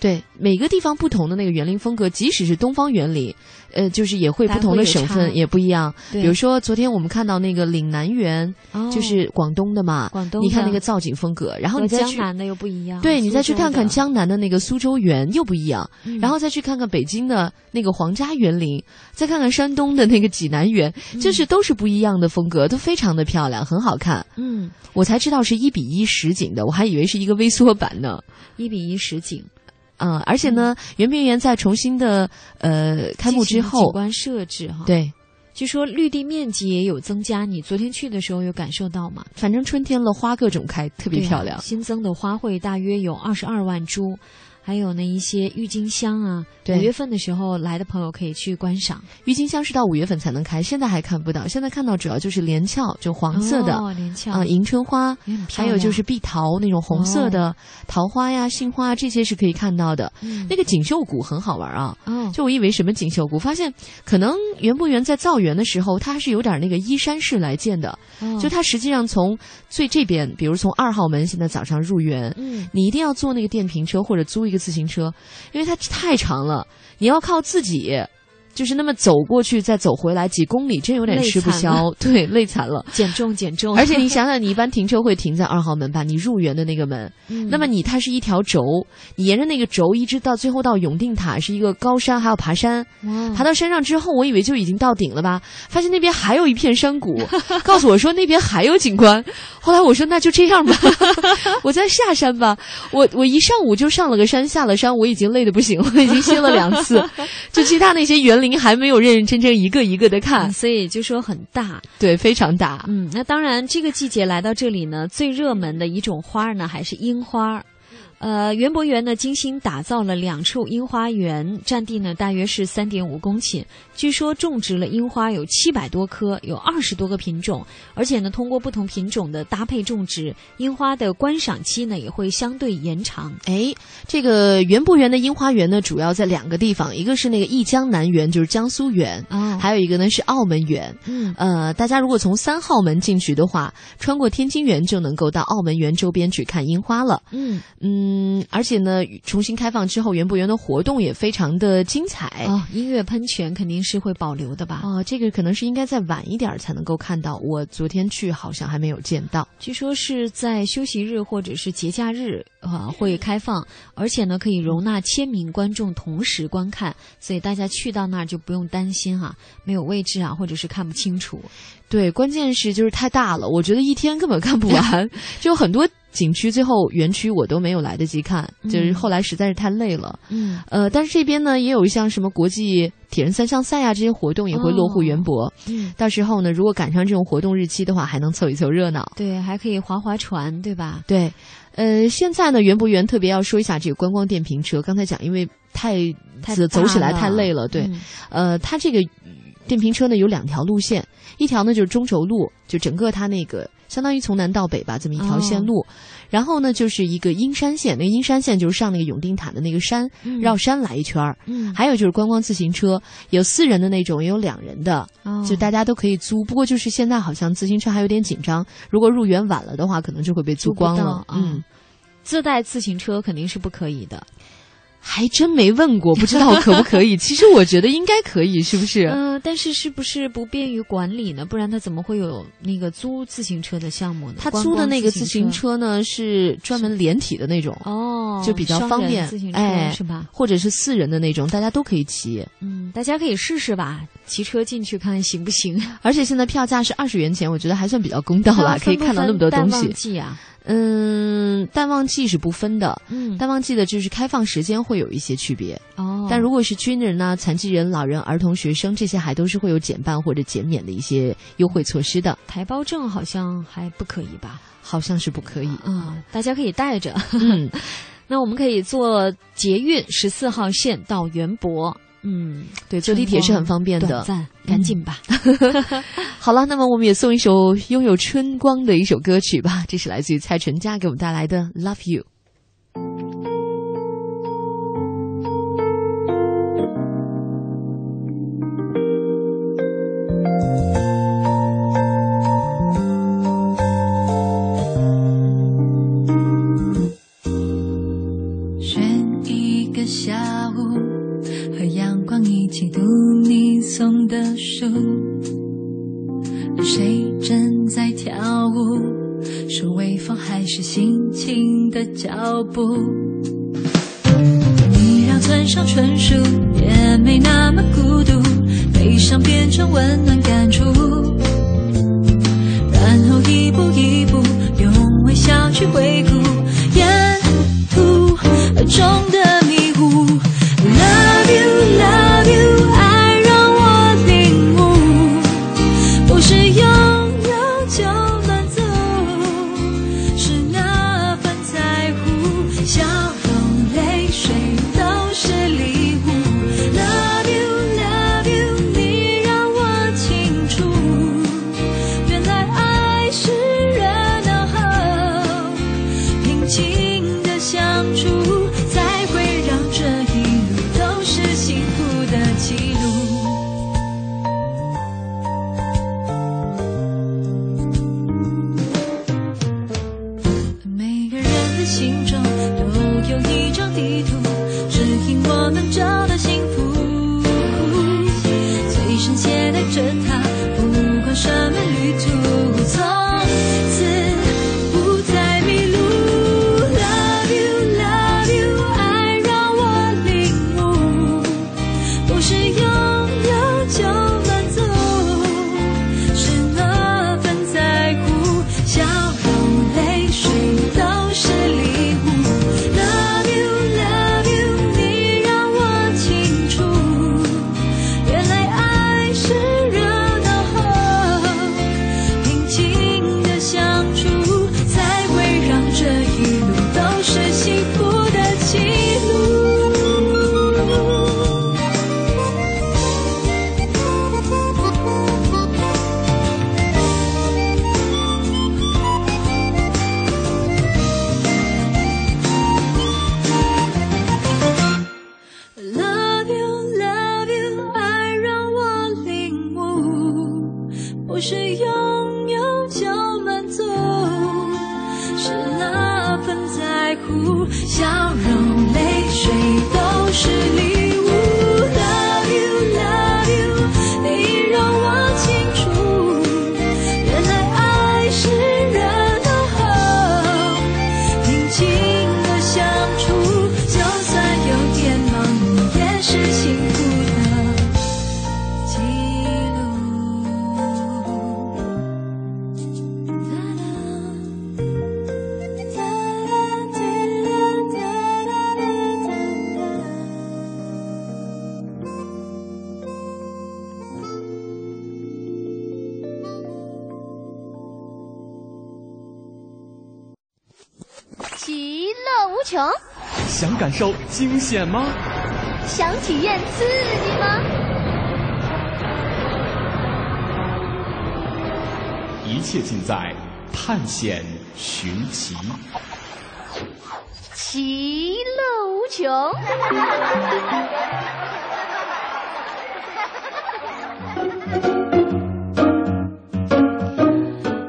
B: 对每个地方不同的那个园林风格，即使是东方园林，呃，就是也会
A: 它
B: 不同的
A: 会有
B: 省份
A: 差
B: 也不一样。
A: 对
B: 比如说昨天我们看到那个岭南园，
A: 哦
B: 就是广东的嘛，
A: 广东的
B: 你看那个造景风格，然后
A: 和
B: 你再
A: 江
B: 去。
A: 南的又不一样。
B: 对你再去
A: 苏州的
B: 看看，江南的那个苏州园又不一样，
A: 嗯
B: 然后再去看看北京的那个皇家园林，再看看山东的那个济南园，
A: 嗯
B: 就是都是不一样的风格，都非常的漂亮，很好看。
A: 嗯，
B: 我才知道是一比一实景的，我还以为是一个微缩版呢。
A: 一比一实景。
B: 啊、而且呢，圆明园在重新的呃开幕之
A: 进行了景
B: 后，
A: 观设置哈。，
B: 对，
A: 据说绿地面积也有增加。你昨天去的时候有感受到吗？
B: 反正春天了，花各种开，特别
A: 对啊
B: 漂亮。
A: 新增的花卉大约有二十二万株，还有那一些郁金香啊，五
B: 对
A: 月份的时候来的朋友可以去观赏。
B: 郁金香是到五月份才能开，现在还看不到，现在看到主要就是连翘，就黄色的。
A: 哦，连翘
B: 啊、迎春花
A: 也很，漂
B: 还
A: 亮哦
B: 有就是碧桃那种红色的、桃花呀、杏花啊这些是可以看到的。
A: 嗯
B: 那个锦绣谷很好玩啊，
A: 哦，
B: 就我以为什么锦绣谷，发现可能园博园在造园的时候，它是有点那个依山势来建的，
A: 哦
B: 就它实际上从最这边，比如从二号门，现在早上入园，
A: 嗯
B: 你一定要坐那个电瓶车或者租一个自行车，因为它太长了，你要靠自己。就是那么走过去，再走回来几公里，真有点
A: 累
B: 吃不
A: 惨哦
B: 消，对，累惨了。
A: 减重减重，
B: 而且你想想，你一般停车会停在二号门吧？你入园的那个门，
A: 嗯
B: 那么你它是一条轴，你沿着那个轴一直到最后到永定塔，是一个高山，还要爬山。
A: 哇
B: 爬到山上之后，我以为就已经到顶了吧，发现那边还有一片山谷， 告诉我说那边还有景观。后来我说那就这样吧， 我再下山吧。我我一上午就上了个山，下了山，我已经累得不行了，已 经歇了两 次。就其他那些园林还没有认认真真一个一个的看
A: 嗯，所以就说很大，
B: 对，非常大。
A: 嗯，那当然，这个季节来到这里呢，最热门的一种花儿呢，还是樱花儿。呃，园博园呢精心打造了两处樱花园，占地呢大约是三点五公顷。据说种植了樱花有七百多棵，有二十多个品种，而且呢通过不同品种的搭配种植，樱花的观赏期呢也会相对延长。
B: 哎，这个园博园的樱花园呢，主要在两个地方，一个是那个忆江南园，就是江苏园，
A: 啊
B: 还有一个呢是澳门园。
A: 嗯
B: 呃，大家如果从三号门进去的话，穿过天津园就能够到澳门园周边去看樱花了。
A: 嗯
B: 嗯，而且呢，重新开放之后，园博园的活动也非常的精彩。
A: 哦，音乐喷泉肯定是会保留的吧？
B: 哎哦，这个可能是应该再晚一点儿才能够看到。我昨天去好像还没有见到。
A: 据说是在休息日或者是节假日啊、会开放，而且呢可以容纳千名观众同时观看，所以大家去到那儿就不用担心哈、没有位置啊，或者是看不清楚。
B: 对，关键是就是太大了，我觉得一天根本看不完， 就很多景区最后园区我都没有来得及看，就是
A: 嗯
B: 后来实在是太累了。
A: 嗯
B: 呃，但是这边呢也有像什么国际铁人三项赛啊这些活动也会落户园博，
A: 嗯，
B: 到时候呢如果赶上这种活动日期的话，还能凑一凑热闹。
A: 对，还可以划划船，对吧？
B: 对，呃，现在呢，园博园特别要说一下这个观光电瓶车。刚才讲，因为太
A: 太
B: 走走
A: 大
B: 起来
A: 了
B: 太累了，对，
A: 嗯
B: 呃，它这个电瓶车呢有两条路线，一条呢就是中轴路，就整个它那个相当于从南到北吧，这么一条线
A: 哦
B: 路。然后呢，就是一个阴山线，那个阴山线就是上那个永定塔的那个山，
A: 嗯
B: 绕山来一圈儿。
A: 嗯，
B: 还有就是观光自行车，有四人的那种，也有两人的，
A: 哦
B: 就大家都可以租。不过就是现在好像自行车还有点紧张，如果入园晚了的话，可能就会被
A: 租
B: 租
A: 不
B: 光了
A: 到。
B: 嗯
A: 啊，自带自行车肯定是不可以的。
B: 还真没问过，不知道可不可以。其实我觉得应该可以，是不是？
A: 嗯、但是是不是不便于管理呢？不然他怎么会有那个租自行车的项目呢？
B: 他
A: 观
B: 租的
A: 光
B: 那个自行
A: 行
B: 车呢是专门连体的那种，
A: 哦，
B: 就比较
A: 双
B: 方
A: 人
B: 便
A: 自行车、
B: 哎
A: 是吧？
B: 或者是四人的那种，大家都可以骑。
A: 嗯，大家可以试试吧，骑车进去看看行不行？
B: 而且现在票价是二十元钱，我觉得还算比较公道
A: 还
B: 吧，
A: 有
B: 可以
A: 分不
B: 看到那
A: 分
B: 么多
A: 淡
B: 东
A: 旺
B: 西。
A: 季啊，
B: 嗯，淡旺季是不分的，
A: 嗯，
B: 淡旺季的就是开放时间会有一些区别，
A: 哦，
B: 但如果是军人呐、残疾人、老人、儿童、学生这些，还都是会有减半或者减免的一些优惠措施的，
A: 台胞证好像还不可以吧？
B: 好像是不可以。
A: 啊、大家可以带着。
B: 嗯，
A: 那我们可以坐捷运十四号线到园博，嗯，
B: 对，坐地铁是很方便
A: 短
B: 的。嗯
A: 暂，赶紧吧。
B: 好了，那么我们也送一首拥有春光的一首歌曲吧，这是来自于蔡淳佳给我们带来的《Love You》。
I: 选一个下午，和阳光一起读你送的书。谁正在跳舞？是微风还是心情的脚步？你让村上春树也没那么孤独，悲伤变成温暖感触，然后一步一步用微笑去回顾沿途中的迷雾。Love you, love you，爱让我领悟，不是拥有就满足，是那份在乎，笑容、泪水都是礼物。Love you, love you，你让我清楚，原来爱是热闹后。容，泪水都是礼物。Love you, love you，你让我清楚，原来爱是人和后。平静的相处，就算有点忙碌，也是幸福的记录。哒啦哒啦哒啦哒啦哒啦。
C: 其乐无穷，
H: 想感受惊险吗？
C: 想体验刺激吗？
H: 一切尽在探险寻奇。
C: 其乐无穷。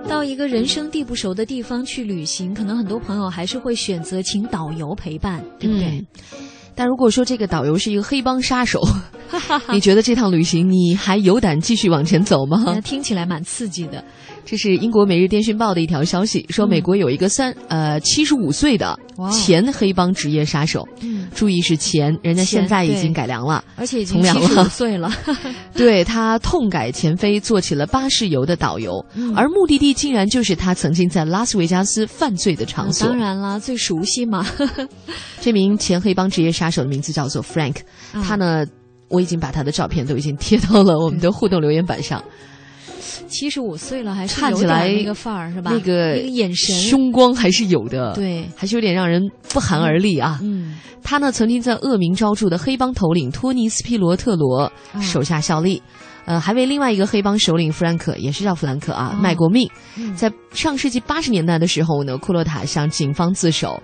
A: 到一个人生地不熟的地方去旅行，可能很多朋友还是会选择请导游陪伴，对不对？
B: 嗯。但如果说这个导游是一个黑帮杀 手，你觉得这趟旅行你还有胆继续往前走吗
A: 那？哎听起来蛮刺激的。
B: 这是英国《每日电讯报》的一条消息，说美国有一个三、呃七十五岁的
A: 嗯哇哦
B: 前黑帮职业杀手，
A: 嗯，
B: 注意是前，人家
A: 前
B: 现在已
A: 对
B: 经改良了。
A: 而且已经
B: 从良
A: 七
B: 了
A: 十五岁了，
B: 对他痛改前非，做起了巴士游的导游，
A: 嗯
B: 而目的地竟然就是他曾经在拉斯维加斯犯罪的场所。
A: 哦嗯当然啦，最熟悉嘛。
B: 这名前黑帮职业杀手的名字叫做 Frank，、
A: 嗯
B: 他呢，我已经把他的照片都已经贴到了我们的互动留言板上，
A: 七十五岁了，还是
B: 看
A: 有
B: 起
A: 点
B: 来
A: 那个范儿是 吧？
B: 那个
A: 那个眼神，
B: 凶光还是有的，，
A: 对，
B: 还是有点让人不寒而栗啊。
A: 嗯，
B: 他呢曾经在恶名昭著的黑帮头领托尼·斯皮罗特罗
A: 啊
B: 手下效力，呃，还为另外一个黑帮首领弗兰克，也是叫弗兰克啊，卖过命。
A: 嗯
B: 在上世纪八十年代的时候呢，库洛塔向警方自首，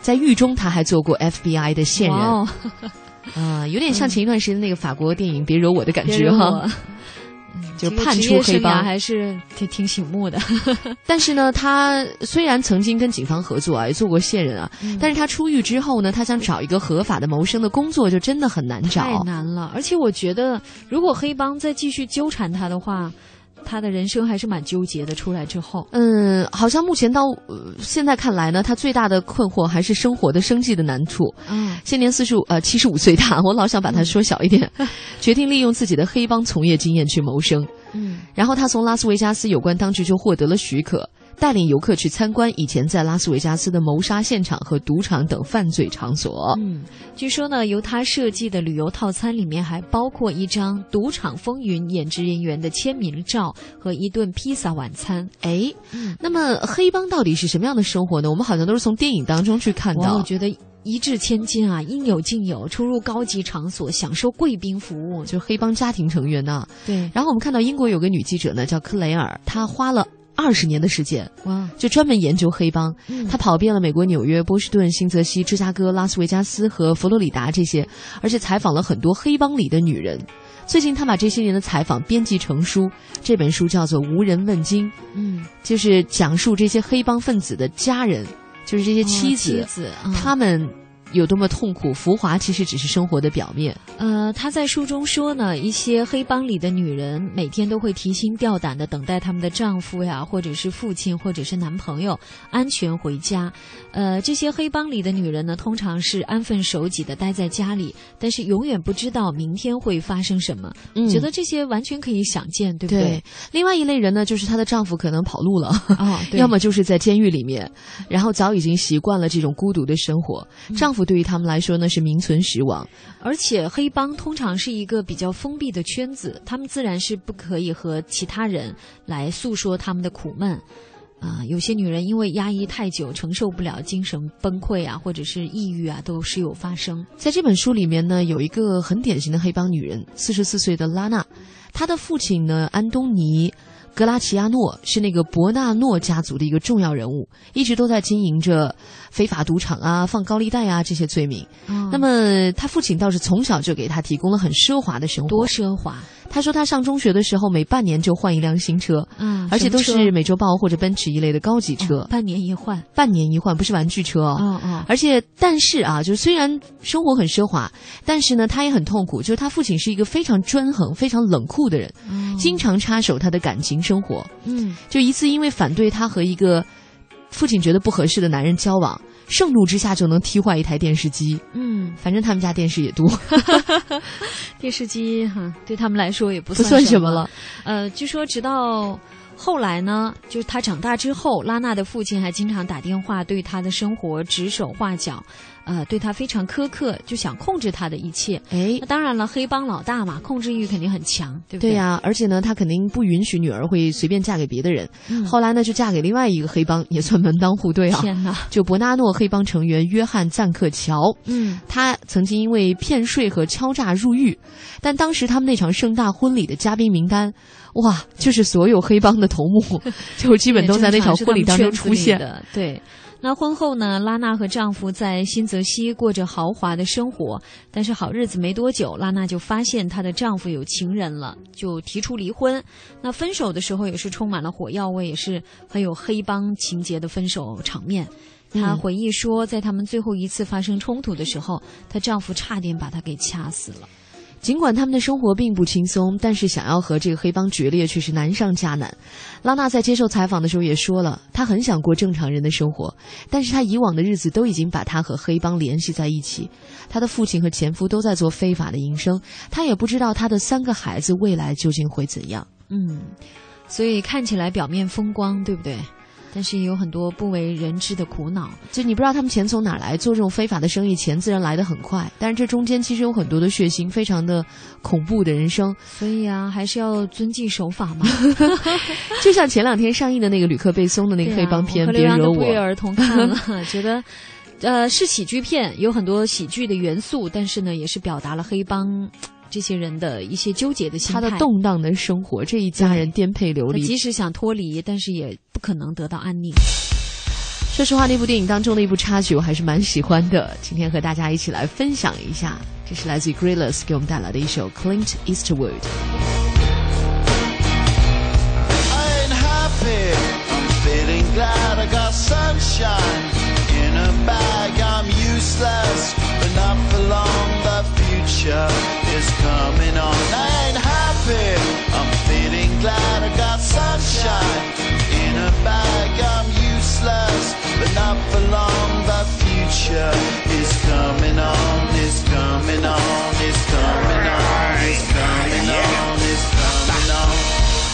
B: 在狱中他还做过 FBI 的线人，
A: 哇
B: 啊、
A: 哦
B: 有点像前一段时间那个法国电影《别惹我》的感
A: 嗯别
B: 觉
A: 惹
B: 哈
A: 我， 这
B: 就是
A: 个
B: 叛
A: 职
B: 出
A: 业
B: 黑
A: 生涯
B: 帮。
A: 还是挺挺醒目的。
B: 但是呢，他虽然曾经跟警方合作啊，也做过线人啊，
A: 嗯
B: 但是他出狱之后呢，他想找一个合法的谋生的工作，就真的很难 找。
A: 太难了，而且我觉得，如果黑帮再继续纠缠他的话，他的人生还是蛮纠结的。出来之后，
B: 嗯，好像目前到、呃、现在看来呢，他最大的困惑还是生活的生计的难处。
A: 嗯，
B: 现年四十五，呃，七十五岁大，我老想把它缩小 一点，决定利用自己的黑帮从业经验去谋生。
A: 嗯，
B: 然后他从拉斯维加斯有关当局就获得了许可，带领游客去参观以前在拉斯维加斯的谋杀现场和赌场等犯罪场所。
A: 嗯，据说呢，由他设计的旅游套餐里面还包括一张《赌场风云》演职人员的签名照和一顿披萨晚餐。
B: 哎，
A: 嗯
B: 那么黑帮到底是什么样的生活呢？我们好像都是从电影当中去看
A: 哇，我
B: 到。
A: 觉得一掷千金啊，应有尽有，出入高级场所，享受贵宾服务。
B: 就是黑帮家庭成员呢、
A: 对，
B: 然后我们看到英国有个女记者呢，叫克雷尔，她花了二十年的时间，
A: 哇，
B: 就专门研究黑帮。
A: 嗯
B: 她跑遍了美国纽约、波士顿、新泽西、芝加哥、拉斯维加斯和佛罗里达这些，而且采访了很多黑帮里的女人。最近，她把这些年的采访编辑成书，这本书叫做《无人问津》，
A: 嗯，
B: 就是讲述这些黑帮分子的家人，就是这些妻
A: 子，
B: 子，
A: 哦子嗯
B: 他们有多么痛苦。浮华其实只是生活的表面。
A: 呃，他在书中说呢，一些黑帮里的女人每天都会提心吊胆的等待他们的丈夫呀，或者是父亲，或者是男朋友安全回家。呃，这些黑帮里的女人呢，通常是安分守己的待在家里，但是永远不知道明天会发生什么。
B: 嗯
A: 觉得这些完全可以想见，对不
B: 对？，另外一类人呢，就是她的丈夫可能跑路了。
A: 啊、对
B: 要么就是在监狱里面，然后早已经习惯了这种孤独的生活。
A: 嗯
B: 丈夫对于他们来说呢是名存实亡，
A: 而且黑帮通常是一个比较封闭的圈子，他们自然是不可以和其他人来诉说他们的苦闷。啊、有些女人因为压抑太久，承受不了精神崩溃啊，或者是抑郁啊，都时有发生。
B: 在这本书里面呢，有一个很典型的黑帮女人，四十四岁的拉娜，她的父亲呢安东尼。格拉齐亚诺是那个伯纳诺家族的一个重要人物，一直都在经营着非法赌场啊、放高利贷啊这些罪名。
A: 啊，
B: 那么他父亲倒是从小就给他提供了很奢华的生活，
A: 多奢华！
B: 他说他上中学的时候每半年就换一辆新车，
A: 嗯，
B: 而
A: 什
B: 且
A: 么
B: 都
A: 车哦
B: 是美洲豹或者奔驰一类的高级车，
A: 半年一换，
B: 半年一换，不是玩具车哦。
A: 哦哦，
B: 而且，但是啊，就是虽然生活很奢华，但是呢，他也很痛苦。就是他父亲是一个非常专横、非常冷酷的人，经常插手他的感情生活。
A: 嗯
B: 就一次因为反对他和一个父亲觉得不合适的男人交往，盛怒之下就能踢坏一台电视机。
A: 嗯，
B: 反正他们家电视也多，
A: 电视机哈，对他们来说也不
B: 不
A: 算
B: 算什
A: 么
B: 么了。。
A: 呃，据说直到后来呢，就是他长大之后，拉娜的父亲还经常打电话对他的生活指手画脚，呃，对他非常苛刻，就想控制他的一切。
B: 哎
A: 那，当然了，黑帮老大嘛，控制欲肯定很强，对不
B: 对
A: 对
B: 呀、而且呢，他肯定不允许女儿会随便嫁给别的人。
A: 嗯
B: 后来呢，就嫁给另外一个黑帮，也算门当户对啊。
A: 天哪，
B: 就伯纳诺黑帮成员约翰·赞克乔，
A: 嗯
B: 他曾经因为骗税和敲诈入狱，但当时他们那场盛大婚礼的嘉宾名单，哇，就是所有黑帮的头目，就基本都在那场婚礼当中出
A: 也
B: 现。
A: 正常是他们圈子里的。对，那婚后呢，拉娜和丈夫在新泽西过着豪华的生活，但是好日子没多久，拉娜就发现她的丈夫有情人了，就提出离婚。那分手的时候也是充满了火药味，也是很有黑帮情节的分手场面。她
B: 嗯
A: 回忆说，在他们最后一次发生冲突的时候，她丈夫差点把她给掐死了。
B: 尽管他们的生活并不轻松，但是想要和这个黑帮决裂却是难上加难。拉娜在接受采访的时候也说了，她很想过正常人的生活，但是她以往的日子都已经把她和黑帮联系在一起。她的父亲和前夫都在做非法的营生，她也不知道她的三个孩子未来究竟会怎样。
A: 嗯，所以看起来表面风光，对不对？但是也有很多不为人知的苦恼。
B: 就你不知道他们钱从哪儿来，做这种非法的生意，钱自然来得很快。但是这中间其实有很多的血腥，非常的恐怖的人生。
A: 所以啊，还是要遵纪守法 嘛。
B: 就像前两天上映的那个吕克贝松的那个黑帮片《别
A: 对啊
B: 惹
A: 我》，不约
B: 我
A: 而同看 了，觉得。呃，是喜剧片，有很多喜剧的元素，但是呢，也是表达了黑帮这些人的一些纠结的心
B: 他
A: 态。
B: 的动荡的生活，这一家人颠沛流
A: 他
B: 离
A: 即。使想脱离，但是也不可能得到安宁。
B: 说实话，那部电影当中的一部插曲，我还是蛮喜欢的。今天和大家一起来分享一下，这是来自于 Grillus 给我们带来的一首 Clint Eastwood。
J: I ain't happy. I'm feeling glad I got sunshine in a bag. I'm useless, but not for long. The future is coming on. I ain't happy. I'm feeling glad I got sunshine in a bag. I'm useless, but not for long. The future is coming on. It's coming on. It's coming on. It's coming on. It's coming on.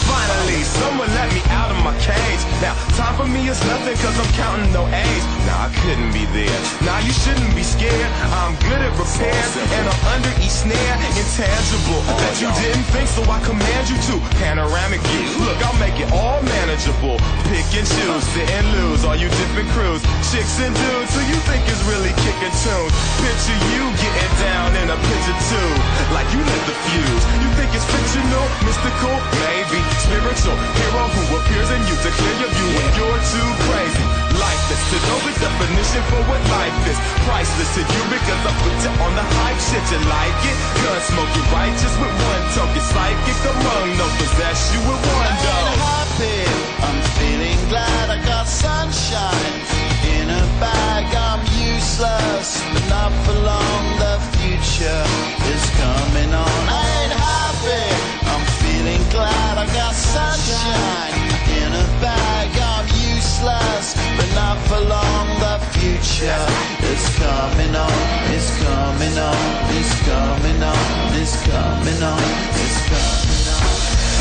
K: Finally, someone let me out of my cage. Now, time for me is nothing cause I'm counting no A's. Nah, I couldn't be there. Nah, you shouldn't be scared. I'm good at repairs and I'm under each snare. Intangible that you didn't think, so I command you to. Panoramic view. Look, I'll make it all manageable. Pick and choose, sit and lose. All you different crews, chicks and dudes who you think is really kicking tunes. Picture you getting down in a picture too. Like you lit the fuse. You think it's fictional, mystical, maybe spiritual. Hero who appears in you to clear your view when you're too crazy. Like this, to know the definition for what life is. Priceless to you because I put you on the hype shit. You like it? Gun smoke, you righteous with one token. Psychic among no possess you with one
J: I'm
K: though.
J: happy. I'm feeling glad I got sunshine in a bag. I'm useless, but not for long. The future is coming on. I ain't happy. I'm feeling glad I got sunshine in a bag. I'm useless, but not for long. The future is coming on. It's coming on. It's coming on. It's coming on. It's coming on.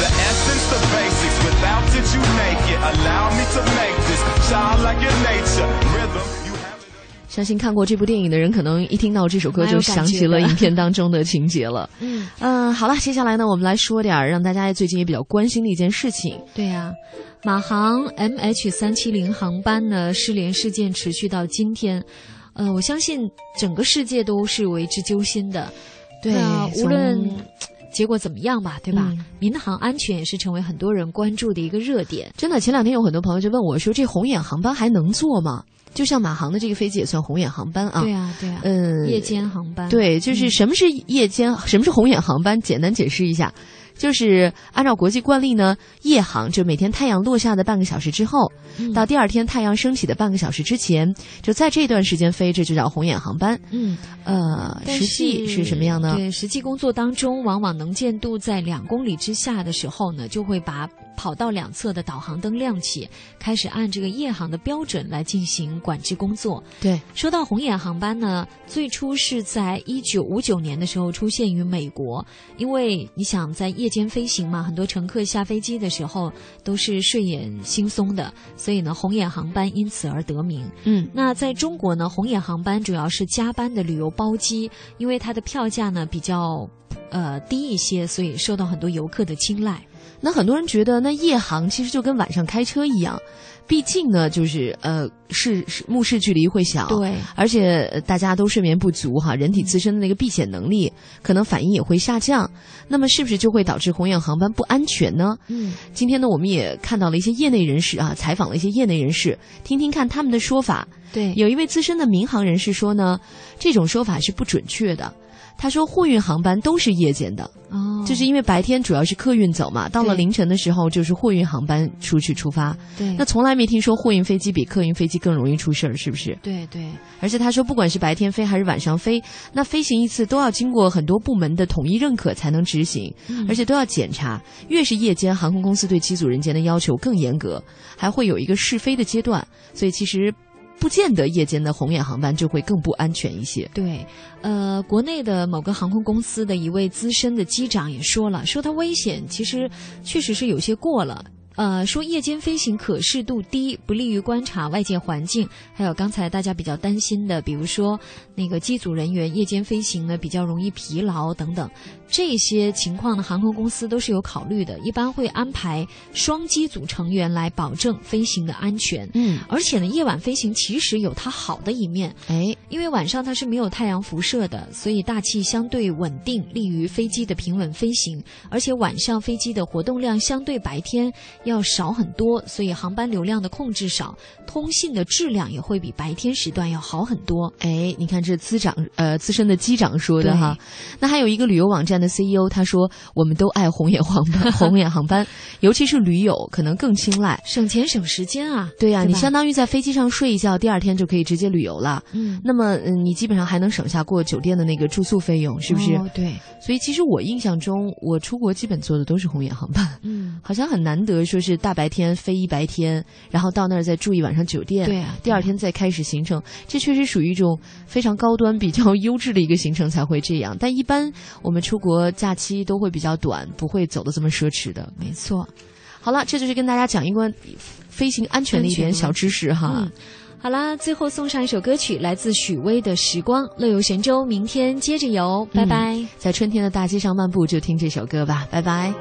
K: The essence, the basics. Without it, you make it. Allow me to make this child like your nature. Rhythm, you have it.
B: 相信看过这部电影的人，可能一听到这首歌就想起了
A: 蛮有感觉的
B: 影片当中的情节了。
A: 嗯
B: 嗯，好了，接下来呢，我们来说点儿让大家最近也比较关心的一件事情。
A: 对呀、马航 MH 三七零航班呢失联事件持续到今天，呃，我相信整个世界都是为之揪心的。
B: 对
A: 那无
B: 从
A: 论结果怎么样吧，对吧？
B: 嗯
A: 民航安全也是成为很多人关注的一个热点。
B: 真的，前两天有很多朋友就问我说：“这红眼航班还能坐吗？”就像马航的这个飞机也算红眼航班啊。
A: 对啊，对啊，
B: 嗯，
A: 夜间航班。，
B: 对，就是什么是夜间，什么是红眼航班？简单解释一下，就是按照国际惯例呢，夜航就每天太阳落下的半个小时之后，
A: 嗯
B: 到第二天太阳升起的半个就半个小时之前，就在这段时间飞，这就叫红眼航班。
A: 嗯，
B: 呃，
A: 但
B: 实际是什么样呢？
A: 对，实际工作当中，往往能见度在两公里之下的时候呢，就会把跑道两侧的导航灯亮起，开始按这个夜航的标准来进行管制工作。
B: 对，
A: 说到红眼航班呢，最初是在一九五九年的时候出现于美国，因为你想在夜间飞行嘛，很多乘客下飞机的时候都是睡眼惺忪的，所以呢，红眼航班因此而得名。
B: 嗯，
A: 那在中国呢，红眼航班主要是加班的旅游包机，因为它的票价呢比较呃低一些，所以受到很多游客的青睐。
B: 那很多人觉得，那夜航其实就跟晚上开车一样，毕竟呢，就是呃，视视目视距离会小，
A: 对
B: 而且呃大家都睡眠不足哈，人体自身的那个避险能力可能反应也会下降，那么是不是就会导致红眼航班不安全呢？
A: 嗯，
B: 今天呢，我们也看到了一些业内人士啊，采访了一些业内人士，听听看他们的说法。
A: 对
B: 有一位资深的民航人士说呢，这种说法是不准确的。他说，货运航班都是夜间的，
A: 哦
B: 就是因为白天主要是客运走嘛，到了
A: 对
B: 凌晨的时候就是货运航班出去出发。
A: 对
B: 那从来没听说货运飞机比客运飞机更容易出事儿，是不是？
A: 对对，
B: 而且他说，不管是白天飞还是晚上飞，那飞行一次都要经过很多部门的统一认可才能执行，
A: 嗯
B: 而且都要检查。越是夜间，航空公司对机组人员的要求更严格，还会有一个试飞的阶段。所以其实，不见得夜间的红眼航班就会更不安全一些。
A: 对，呃，国内的某个航空公司的一位资深的机长也说了，说它危险其实确实是有些过了。呃，说夜间飞行可视度低，不利于观察外界环境，还有刚才大家比较担心的，比如说那个机组人员夜间飞行呢比较容易疲劳等等，这些情况呢，航空公司都是有考虑的，一般会安排双机组成员来保证飞行的安全。
B: 嗯
A: 而且呢，夜晚飞行其实有它好的一面，
B: 哎，
A: 因为晚上它是没有太阳辐射的，所以大气相对稳定，利于飞机的平稳飞行。而且晚上飞机的活动量相对白天要少很多，所以航班流量的控制少，通信的质量也会比白天时段要好很多。
B: 哎，你看这资长呃资深的机长说的哈，那还有一个旅游网站的 CEO 他说，我们都爱红眼航班，红眼航班， 尤其是驴友可能更青睐，
A: 省钱省时间啊。
B: 对呀、
A: 对
B: 你
A: 吧
B: 相当于在飞机上睡一觉，第二天就可以直接旅游了。
A: 嗯
B: 那么嗯，你基本上还能省下过酒店的那个住宿费用，是不是？
A: 哦对。
B: 所以其实我印象中，我出国基本坐的都是红眼航班，
A: 嗯，
B: 好像很难得说是大白天飞一白天，然后到那儿再住一晚上酒店，
A: 对啊
B: 第二天再开始行程，这确实属于一种非常高端、比较 优质的一个行程才会这样。但一般我们出国假期都会比较短，不会走的这么奢侈的。
A: 没错。
B: 好了，这就是跟大家讲一关飞行安全的一点小知识哈。
A: 嗯好啦，最后送上一首歌曲，来自许巍的《时光》，乐游神州，明天接着游，拜拜。
B: 嗯在春天的大街上漫步，就听这首歌吧，拜拜。